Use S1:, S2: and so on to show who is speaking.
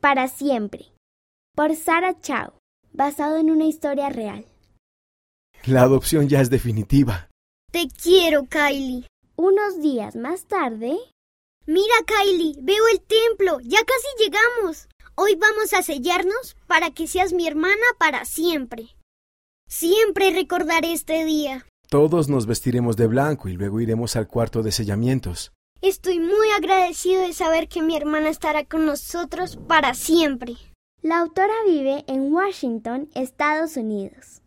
S1: Para siempre. Por Sara Chao, basado en una historia real.
S2: La adopción ya es definitiva.
S3: Te quiero, Kylie.
S1: Unos días más tarde,
S3: Mira, Kylie, veo el templo. Ya casi llegamos. Hoy vamos a sellarnos para que seas mi hermana para siempre. Siempre recordaré este día.
S2: Todos nos vestiremos de blanco y luego iremos al cuarto de sellamientos.
S3: Estoy muy agradecido de saber que mi hermana estará con nosotros para siempre.
S1: la autora vive en Washington, Estados Unidos.